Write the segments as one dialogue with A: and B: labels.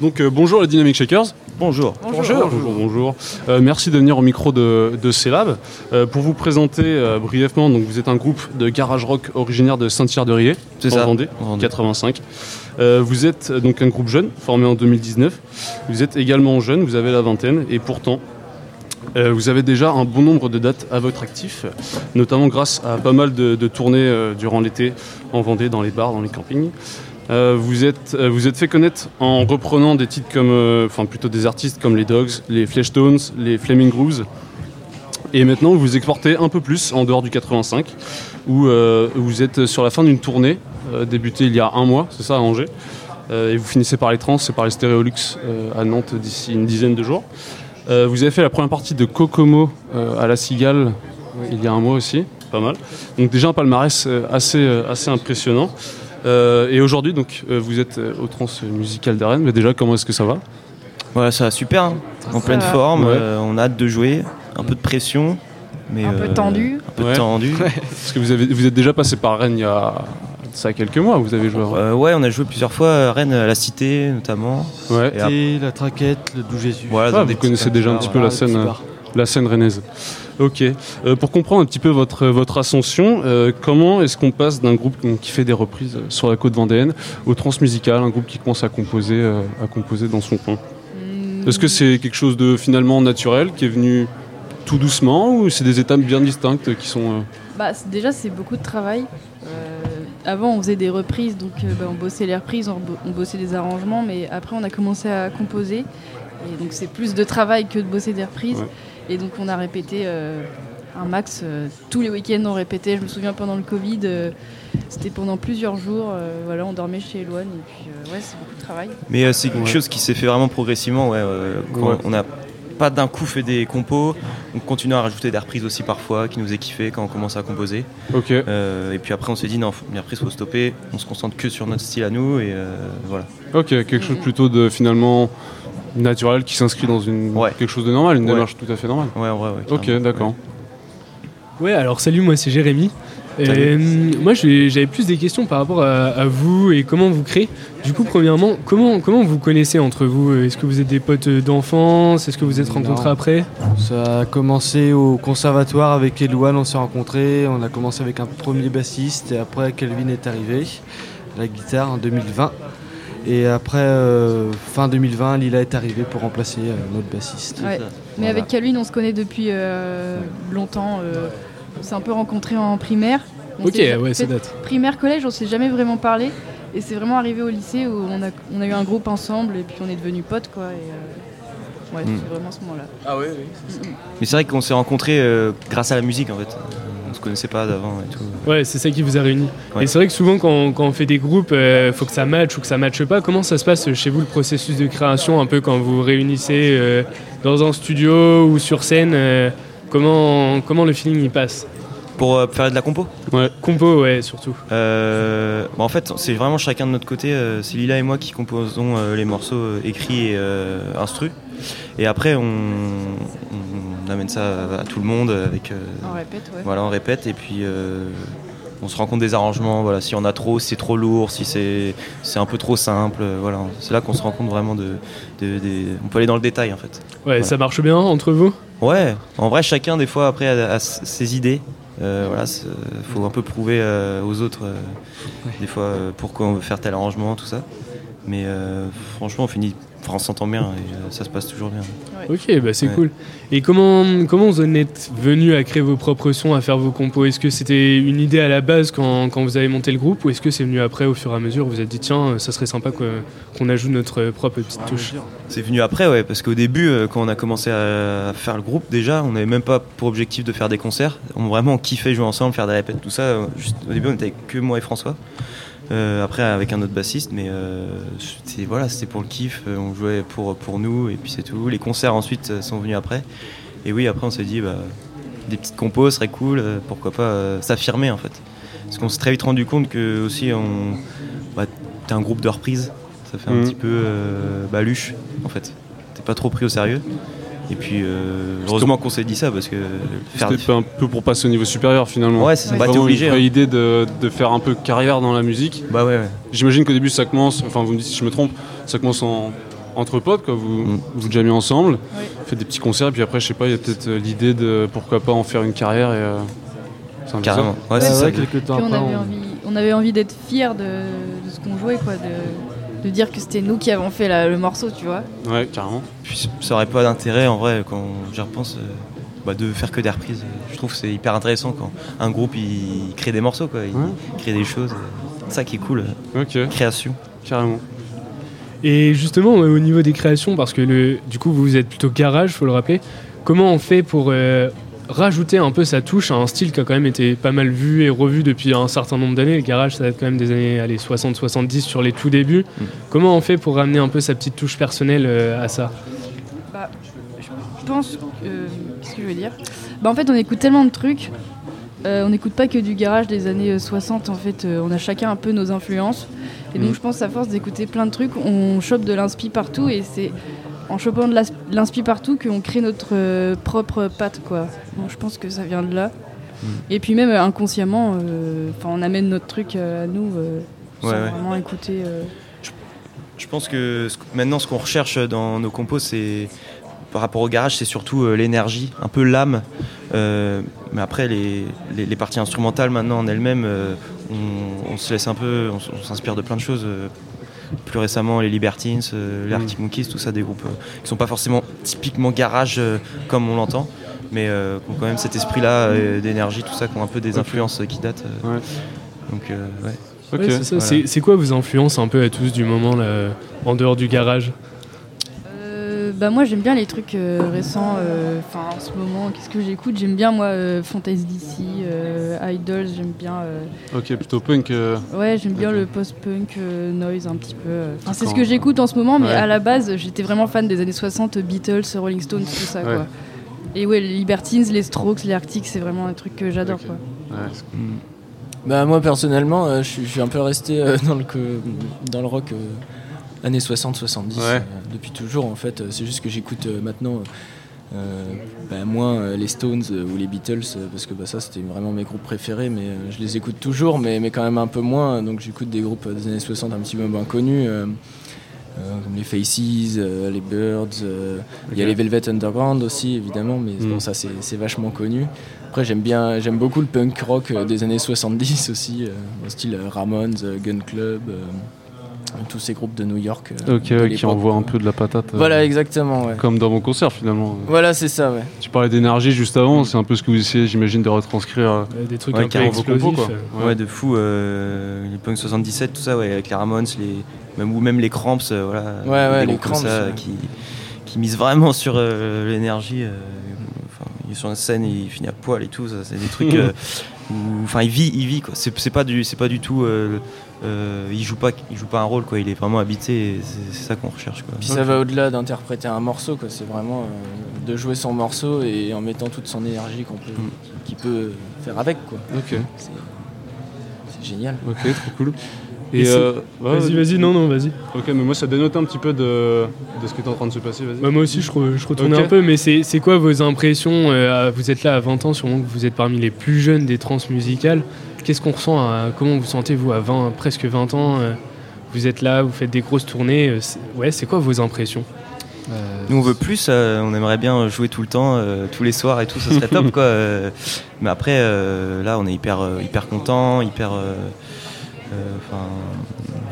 A: Donc euh, bonjour les Dynamic Shakers.
B: Bonjour.
A: Bonjour. Bonjour. bonjour. Euh, merci de venir au micro de, de CELAB. Euh, pour vous présenter euh, brièvement, donc vous êtes un groupe de garage rock originaire de Saint-Cyr-de-Riez,
B: C'est
A: en
B: ça.
A: Vendée,
B: En Vendée.
A: 85. Euh, vous êtes euh, donc un groupe jeune, formé en 2019. Vous êtes également jeune, vous avez la vingtaine, et pourtant, euh, vous avez déjà un bon nombre de dates à votre actif, notamment grâce à pas mal de, de tournées euh, durant l'été en Vendée, dans les bars, dans les campings. Euh, vous êtes euh, vous êtes fait connaître en reprenant des titres comme, euh, enfin plutôt des artistes comme les Dogs, les Fleshtones, les Flaming Grooves. Et maintenant, vous vous exportez un peu plus en dehors du 85, où euh, vous êtes sur la fin d'une tournée euh, débutée il y a un mois, c'est ça, à Angers. Euh, et vous finissez par les trans et par les Stéréolux euh, à Nantes d'ici une dizaine de jours. Euh, vous avez fait la première partie de Kokomo euh, à La Cigale il y a un mois aussi, pas mal. Donc déjà un palmarès euh, assez, euh, assez impressionnant. Euh, et aujourd'hui, donc, euh, vous êtes euh, au Trans Musical d'Arène. Mais déjà, comment est-ce que ça va
B: Voilà, ça va super. hein. En
C: Ça
B: pleine
C: va.
B: forme,
A: Ouais.
B: euh, on a hâte de jouer. Un peu de pression. Mais, euh,
C: Un
A: euh,
C: peu tendu.
B: Un peu
A: Ouais.
B: tendu.
A: Parce que vous, avez, vous êtes déjà passé par Rennes il y a ça quelques mois. Vous avez joué. à Rennes.
B: Euh, ouais, on a joué plusieurs fois à Rennes, à la Cité notamment.
A: Ouais.
B: Et après-
D: Et la traquette, le doux Jésus.
B: Voilà,
A: Ah,
B: dans
A: vous
B: des petits
A: connaissez
B: bars,
A: déjà un petit peu
B: voilà.
A: la scène, euh, la scène rennaise. Ok. Euh, pour comprendre un petit peu votre, votre ascension, euh, comment est-ce qu'on passe d'un groupe donc, qui fait des reprises euh, sur la côte vendéenne au transmusical, un groupe qui commence à composer, euh, à composer dans son coin Est-ce que c'est quelque chose de finalement naturel qui est venu tout doucement ou c'est des étapes bien distinctes qui sont. euh,
C: Bah, c'est- déjà, c'est beaucoup de travail. Euh, avant, on faisait des reprises, donc euh, bah, on bossait les reprises, on, bo- on bossait des arrangements, mais après, on a commencé à composer. Et donc, c'est plus de travail que de bosser des reprises.
A: Ouais.
C: Et donc, on a répété euh, un max. euh, tous les week-ends, on répétait. Je me souviens pendant le Covid, euh, c'était pendant plusieurs jours. euh, voilà, on dormait chez Eloane. Et puis, euh, ouais, c'est beaucoup de travail.
B: Mais euh, c'est quelque
A: Ouais.
B: chose qui s'est fait vraiment progressivement. Ouais, euh, quand
A: Ouais.
B: On n'a pas d'un coup fait des compos. On continue à rajouter des reprises aussi parfois qui nous est kiffé quand on commence à composer.
A: Ok.
B: Euh, et puis après, on s'est dit non, faut- les reprises faut stopper. On se concentre que sur notre style à nous et euh, voilà.
A: Ok, quelque chose plutôt de finalement naturel qui s'inscrit dans une
B: Ouais.
A: quelque chose de normal, une
B: Ouais.
A: démarche tout à fait normale.
B: Ouais, en vrai, ouais,
A: Ok,
B: carrément.
A: d'accord.
E: Ouais, alors salut, moi c'est Jérémy. Et,
B: Salut.
E: hum, moi j'ai- j'avais plus des questions par rapport à, à vous et comment vous créez. Du coup, premièrement, comment, comment vous connaissez entre vous Est-ce que vous êtes des potes euh, d'enfance Est-ce que vous êtes rencontrés
D: Non.
E: après
D: Ça a commencé au conservatoire avec Elouane, on s'est rencontrés. On a commencé avec un premier bassiste et après Calvin est arrivé, la guitare en 2020. Et après, euh, fin 2020, Lila est arrivée pour remplacer euh, notre bassiste.
C: Ouais. Mais
D: Voilà.
C: avec Calvin, on se connaît depuis euh, longtemps. euh, on s'est un peu rencontrés en primaire. On
E: Ok,
C: s'est-
E: ouais, ça
C: peut-être
E: date.
C: primaire, collège, on s'est jamais vraiment parlé. Et c'est vraiment arrivé au lycée où on a, on a eu un groupe ensemble et puis on est devenus potes, quoi. Et, euh, ouais,
B: Mm.
C: c'est vraiment ce moment-là.
B: Mais c'est vrai qu'on s'est rencontrés euh, grâce à la musique en fait. Euh, On se connaissait pas d'avant et tout.
E: Ouais, c'est ça qui vous a réunis.
B: Ouais.
E: Et c'est vrai que souvent, quand, quand on fait des groupes, euh, faut que ça matche ou que ça matche pas. Comment ça se passe chez vous le processus de création, un peu quand vous vous réunissez euh, dans un studio ou sur scène euh, Comment, comment le feeling y passe
B: Pour euh, faire de la compo
E: Compo, ouais, surtout.
B: Euh, bah, en fait, c'est vraiment chacun de notre côté. euh, c'est Lila et moi qui composons euh, les morceaux euh, écrits et euh, instru. Et après, on, on amène ça à tout le monde. Avec, euh,
C: On répète, ouais.
B: Voilà, on répète et puis euh, on se rend compte des arrangements. Voilà, si on a trop, si c'est trop lourd, si c'est c'est un peu trop simple. euh, voilà, c'est là qu'on se rend compte vraiment de, de- des- On peut aller dans le détail en fait.
E: Ouais, ça marche bien entre vous
B: Ouais, en vrai, chacun des fois après a, a s- ses idées. Euh, voilà, c'est- faut un peu prouver euh, aux autres euh, des fois euh, pourquoi on veut faire tel arrangement, tout ça. Mais euh, franchement, on finit, enfin, on s'entend bien et euh, ça se passe toujours bien.
E: Ok, bah c'est
B: Ouais.
E: cool. Et comment, comment vous en êtes venu à créer vos propres sons, à faire vos compos Est-ce que c'était une idée à la base quand, quand vous avez monté le groupe ou est-ce que c'est venu après au fur et à mesure Vous vous êtes dit, tiens, euh, ça serait sympa quoi, qu'on ajoute notre euh, propre petite touche.
B: C'est venu après, ouais, parce qu'au début, euh, quand on a commencé à faire le groupe, déjà, on n'avait même pas pour objectif de faire des concerts. On vraiment kiffait jouer ensemble, faire des répètes, tout ça. Euh, juste- au début, on était que moi et François. Euh, après, avec un autre bassiste, mais euh, c'était voilà, c'était pour le kiff. Euh, On jouait pour pour nous et puis c'est tout. Les concerts ensuite euh, sont venus après. Et oui, après, on s'est dit, bah, des petites compos serait cool. euh, pourquoi pas euh, s'affirmer en fait. Parce qu'on s'est très vite rendu compte que aussi, on, bah, t'es un groupe de reprise. Ça fait un
A: Mhm.
B: petit peu euh, baluche en fait. T'es pas trop pris au sérieux. Et puis euh, heureusement qu'on s'est dit ça parce que faire
A: C'était un peu pour passer au niveau supérieur finalement.
B: ouais, c'est ça.
C: Ouais.
B: Bah, t'es
A: Vraiment
B: obligé.
A: Une vraie
B: hein.
A: idée de, de faire un peu carrière dans la musique.
B: Bah ouais, ouais.
A: J'imagine qu'au début ça commence, enfin vous me dites si je me trompe, ça commence en entre potes, quoi, vous
B: Mm.
A: vous jamais ensemble,
C: Oui.
A: faites des petits concerts, et puis après, je sais pas, il y a peut-être euh, l'idée de pourquoi pas en faire une carrière. Et, euh, c'est un
B: Carrément.
A: bizarre.
B: Ouais, c'est ça.
D: quelques temps
C: Puis on
D: après,
C: avait
D: on-
C: envie, on avait envie d'être fiers de, de ce qu'on jouait, quoi, de, de dire que c'était nous qui avons fait la- le morceau, tu vois.
A: Ouais, carrément.
B: Puis ça aurait pas d'intérêt en vrai quand j'y repense euh, bah, de faire que des reprises. Je trouve que c'est hyper intéressant quand un groupe il crée des morceaux quoi, il
A: Ouais.
B: crée des choses. C'est ça qui est cool, euh,
A: Ok,
B: création.
A: carrément.
E: Et justement, euh, au niveau des créations, parce que le, du coup, vous êtes plutôt garage, faut le rappeler. Comment on fait pour euh, rajouter un peu sa touche à un style qui a quand même été pas mal vu et revu depuis un certain nombre d'années Le garage, ça date quand même des années 60-70 sur les tout débuts.
B: Mm.
E: Comment on fait pour ramener un peu sa petite touche personnelle euh, à ça
C: Bah, je pense. euh, Qu'est-ce que je veux dire Bah, en fait, on écoute tellement de trucs. euh, on n'écoute pas que du garage des années euh, 60. En fait, euh, on a chacun un peu nos influences. Et
B: Mm.
C: donc,
A: Mhm.
C: je pense, à force d'écouter plein de trucs, on chope de l'inspi partout. Et c'est en chopant de l'as- l'inspi partout qu'on crée notre euh, propre patte, quoi. Donc, je pense que ça vient de là.
B: Mm.
C: Et puis, même euh, inconsciemment, euh, 'fin, on amène notre truc euh, à nous. euh, sans
B: Ouais, ouais.
C: vraiment écouter. euh,
B: Je pense que ce- maintenant ce qu'on recherche dans nos compos c'est par rapport au garage c'est surtout euh, l'énergie, un peu l'âme. Euh, mais après les, les- les parties instrumentales maintenant en elles-mêmes euh, on, on se laisse un peu, on, s- on s'inspire de plein de choses. euh, plus récemment les Libertines, euh, les Arctic Monkeys, tout ça, des groupes euh, qui sont pas forcément typiquement garage euh, comme on l'entend, mais euh, qui ont quand même cet esprit-là euh, d'énergie, tout ça, qui ont un peu des influences euh, qui datent. euh.
A: Ouais.
B: Donc euh, ouais.
A: Ok.
E: Ouais, c'est ça.
B: voilà.
E: C'est- C'est quoi vos influences un peu à tous du moment là, en dehors du garage
C: Euh, bah moi j'aime bien les trucs euh, récents, euh, enfin en ce moment qu'est-ce que j'écoute J'aime bien moi euh, Fontaine DC, euh, Idols, j'aime bien euh,
A: ok, plutôt punk. euh,
C: ouais j'aime bien le post-punk euh, noise un petit peu. euh. Enfin, c'est ce
A: D'accord.
C: que j'écoute en ce moment mais
A: Ouais.
C: à la base j'étais vraiment fan des années 60, Beatles, Rolling Stones, tout ça
A: Ouais.
C: quoi. Et ouais les Libertines, les Strokes, les Arctics c'est vraiment un truc que j'adore
A: Ok.
C: quoi.
A: ouais.
F: Bah moi personnellement, euh, je suis- je suis un peu resté euh, dans le co- dans le rock euh, années 60-70
A: Ouais.
F: euh, depuis toujours en fait. Euh, C'est juste que j'écoute euh, maintenant euh, bah, moins euh, les Stones euh, ou les Beatles euh, parce que bah, ça c'était vraiment mes groupes préférés, mais euh, je les écoute toujours, mais mais quand même un peu moins. Donc j'écoute des groupes euh, des années 60 un petit peu moins connus. euh, euh, comme les Faces, euh, les Birds, euh, il y a
A: Ok.
F: les Velvet Underground aussi évidemment, mais
A: Mm.
F: bon ça c'est c'est vachement connu. Après j'aime bien, j'aime beaucoup le punk rock euh, des années 70 aussi, euh, au style euh, Ramones, euh, Gun Club, euh, tous ces groupes de New York. euh,
A: Ok,
F: de
A: ouais, qui
F: l'époque.
A: envoie un peu de la patate. euh,
F: Voilà exactement, ouais.
A: Comme dans mon concert finalement.
F: Voilà c'est ça, ouais.
A: Tu parlais d'énergie juste avant, c'est un peu ce que vous essayez, j'imagine, de retranscrire. euh,
E: Euh, Des trucs
B: Ouais,
E: un peu
B: carrément, vos
E: explosifs
A: compos, quoi.
E: euh.
B: Ouais, de fou. euh, les Punk 77, tout ça, ouais, avec les Ramones, les, même, ou même les Cramps, euh, voilà.
F: Ouais, ouais,
B: des
F: les
B: groupes comme
F: Cramps,
B: ça,
F: ouais.
B: qui, qui misent vraiment sur euh, l'énergie. euh, enfin, il est sur la scène, il finit à poil et tout. ça, C'est des trucs euh, où, enfin, il vit, il vit quoi. C'est c'est pas du, c'est pas du tout. euh, euh, il joue pas, il joue pas un rôle quoi. Il est vraiment habité. et C'est c'est ça qu'on recherche quoi.
F: Puis ça va au-delà d'interpréter un morceau, quoi. C'est vraiment euh, de jouer son morceau et en mettant toute son énergie qu'on peut,
A: Hmm.
B: Mm.
F: qui peut faire avec, quoi.
A: Ok,
F: C'est c'est génial.
A: ok, trop cool.
E: Et
A: Et
E: c'est-
A: euh,
B: Bah,
A: ouais,
E: Vas-y, vas-y, non, non, vas-y.
A: Ok, mais moi ça dénote un petit peu de, de ce qui est en train de se passer, vas-y.
E: Bah, moi aussi, je, re- je retournais
A: Ok.
E: un peu, mais c'est c'est quoi vos impressions euh, à- Vous êtes là à 20 ans, sûrement que vous êtes parmi les plus jeunes des trans musicales. Qu'est-ce qu'on ressent à- Comment vous sentez-vous à 20, presque 20 ans euh, Vous êtes là, vous faites des grosses tournées. euh, c'est- ouais, c'est quoi vos impressions
B: Nous on veut plus, euh, on aimerait bien jouer tout le temps, euh, tous les soirs et tout, ça serait top quoi. euh, mais après euh, là on est hyper euh, hyper content, hyper euh, euh, enfin,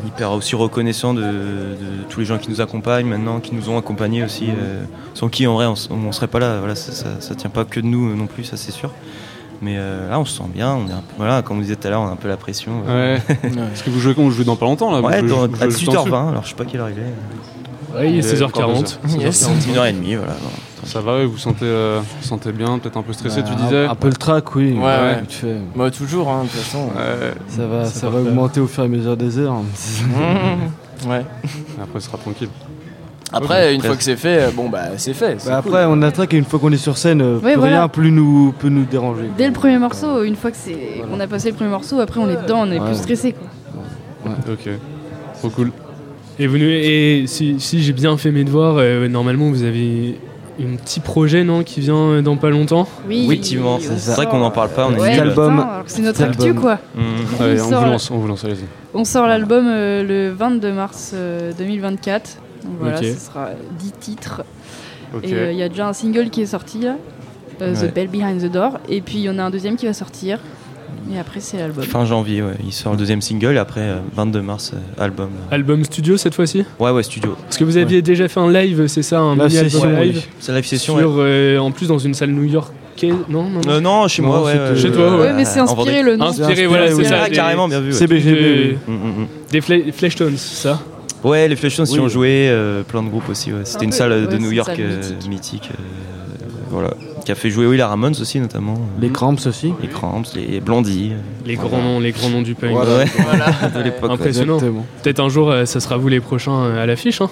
B: hyper aussi reconnaissant de, de tous les gens qui nous accompagnent maintenant, qui nous ont accompagnés aussi, euh, sans qui en vrai on, s- on serait pas là. Voilà, ça, ça, ça tient pas que de nous euh, non plus, ça c'est sûr. Mais euh, là on se sent bien, on est un peu- voilà, comme vous disiez tout à l'heure, on a un peu la pression. euh.
A: Ouais,
F: Ouais.
A: parce que vous jouez quand Vous jouez dans pas longtemps là
B: Ouais,
A: vous jouez-
B: dans-
A: vous
B: à
A: jouez juste en dessous.
B: 18h20, alors je sais pas quelle heure il est.
E: Ouais, il
A: Il
E: est
A: est
E: 16h40.
F: Yes.
B: 1h30, voilà.
A: Ça va, ouais, vous sentez, euh, vous sentez bien, peut-être un peu stressé,
D: Bah,
A: tu
D: un-
A: disais
D: Un, peu le track, oui.
F: Ouais, ouais.
D: vite fait.
F: Moi toujours, hein, de toute façon.
A: Ouais,
D: Ça va,
E: Ça
D: ça va
E: part-
D: augmenter au fur et à mesure des heures.
F: Mmh. Ouais.
A: après ce sera tranquille.
G: bah,
F: Après, une fois que c'est fait, euh, bon bah c'est fait. c'est
D: Bah,
F: cool.
D: après, on attaque et une fois qu'on est sur scène, euh,
C: Ouais,
D: plus
C: voilà.
D: rien plus nous, peut nous déranger.
C: Dès le premier morceau, une fois que c'est
D: Voilà.
C: on a passé le premier morceau, après on est dedans, on est
D: Ouais.
C: plus stressé quoi.
A: Ok, trop cool.
E: Et, vous, nous- et si, si j'ai bien fait mes devoirs, euh, normalement vous avez un petit projet non, qui vient euh, dans pas longtemps
C: Oui,
B: Effectivement,
C: on
B: c'est
C: sort,
B: vrai qu'on n'en parle pas, on est
C: Ouais,
B: nul.
D: album.
C: putain, alors que c'est notre
D: Petit
C: actu
D: album.
C: quoi.
B: Hum.
A: Allez, on
C: sort
A: vous
C: la-
A: lance, on vous lance, allez-y.
C: On sort l'album euh, le 22 mars euh, 2024. Donc voilà,
E: Ok.
C: ce sera 10 titres.
A: Ok.
C: Et euh, il y a déjà un single qui est sorti, là, euh,
B: Ouais.
C: The Bell Behind the Door. Et puis il y en a un deuxième qui va sortir. Et après, c'est l'album.
B: Fin janvier, ouais. il sort le deuxième single, et après euh, 22 mars, euh, album.
E: Album studio cette fois-ci
B: Ouais, ouais, studio.
E: Parce que vous aviez déjà fait un live, c'est ça Un
D: La
E: mini-album
D: session,
E: live
D: oui.
B: C'est live session.
E: Sur,
B: ouais.
E: euh, En plus, dans une salle new-yorkaise. Non, non, non.
B: Euh, non, chez
D: Non,
B: moi, ouais.
D: c'était-
B: euh,
E: Chez toi, ouais.
C: Ouais, mais c'est
B: en Vendée.
C: inspiré le nom.
E: Inspiré, voilà, c'est
C: oui.
E: ça.
B: Ah,
E: des-
B: carrément, bien vu. ouais.
D: CBGB.
E: Des,
B: Mm, mm, mm.
E: des Fle- Fleshtones, c'est ça
B: Ouais, les Flashstones
D: Oui.
B: y ont joué, euh, plein de groupes aussi. ouais. C'était
C: Un
B: une
C: peu,
B: salle
C: ouais,
B: de
C: c'est
B: New
C: une
B: York
C: salle
B: euh,
C: mythique.
B: mythique, euh, voilà, qui a fait jouer oui, la Ramones aussi notamment. euh,
D: Les cramps aussi.
B: Les Cramps, les Blondie.
E: Les grands noms, les grands noms du punk.
B: Ouais, de l'époque. ouais.
E: Impressionnant.
D: Exactement.
E: Peut-être un jour, euh, ça sera vous les prochains euh, à l'affiche. Hein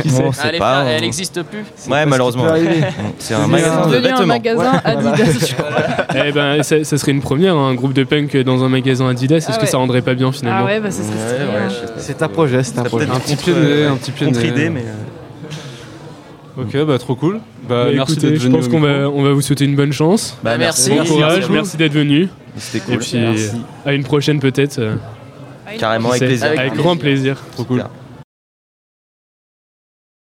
E: Qui sait
B: On sait
G: Elle est
B: pas,
G: fin-
B: on-
G: elle existe plus.
B: Ouais, malheureusement. Mmh,
D: Ça peut arriver.
B: C'est un
D: C'est
B: magasin de
C: devenu un
B: vêtements.
C: magasin Adidas. je crois.
E: eh ben, ça, ça serait une première, hein, un groupe de punk dans un magasin Adidas. Est-ce
C: Ah
E: que
C: ouais.
E: ça rendrait pas bien finalement
C: ah ouais, bah ça serait stylé, hein.
D: C'est un projet, c'est un
B: Ça
D: projet.
B: peut-être
A: Un petit
B: contre-
A: pionnier,
B: ouais,
A: un petit pionnier.
B: Contre-idée, mais. euh,
A: Ok, bah trop cool. Bah,
E: Bah,
A: merci
E: écoutez,
A: d'être
E: je
A: venu.
E: pense
A: au
E: qu'on
A: micro.
E: va, on va vous souhaiter une bonne chance.
G: Bah, merci.
E: bon courage, merci,
G: Merci.
E: d'être venu.
B: C'était
E: Et
B: cool.
E: puis à une prochaine peut-être. euh,
B: Carrément, avec
E: qui sait.
B: plaisir.
E: Avec grand plaisir.
A: Trop cool.
B: Super.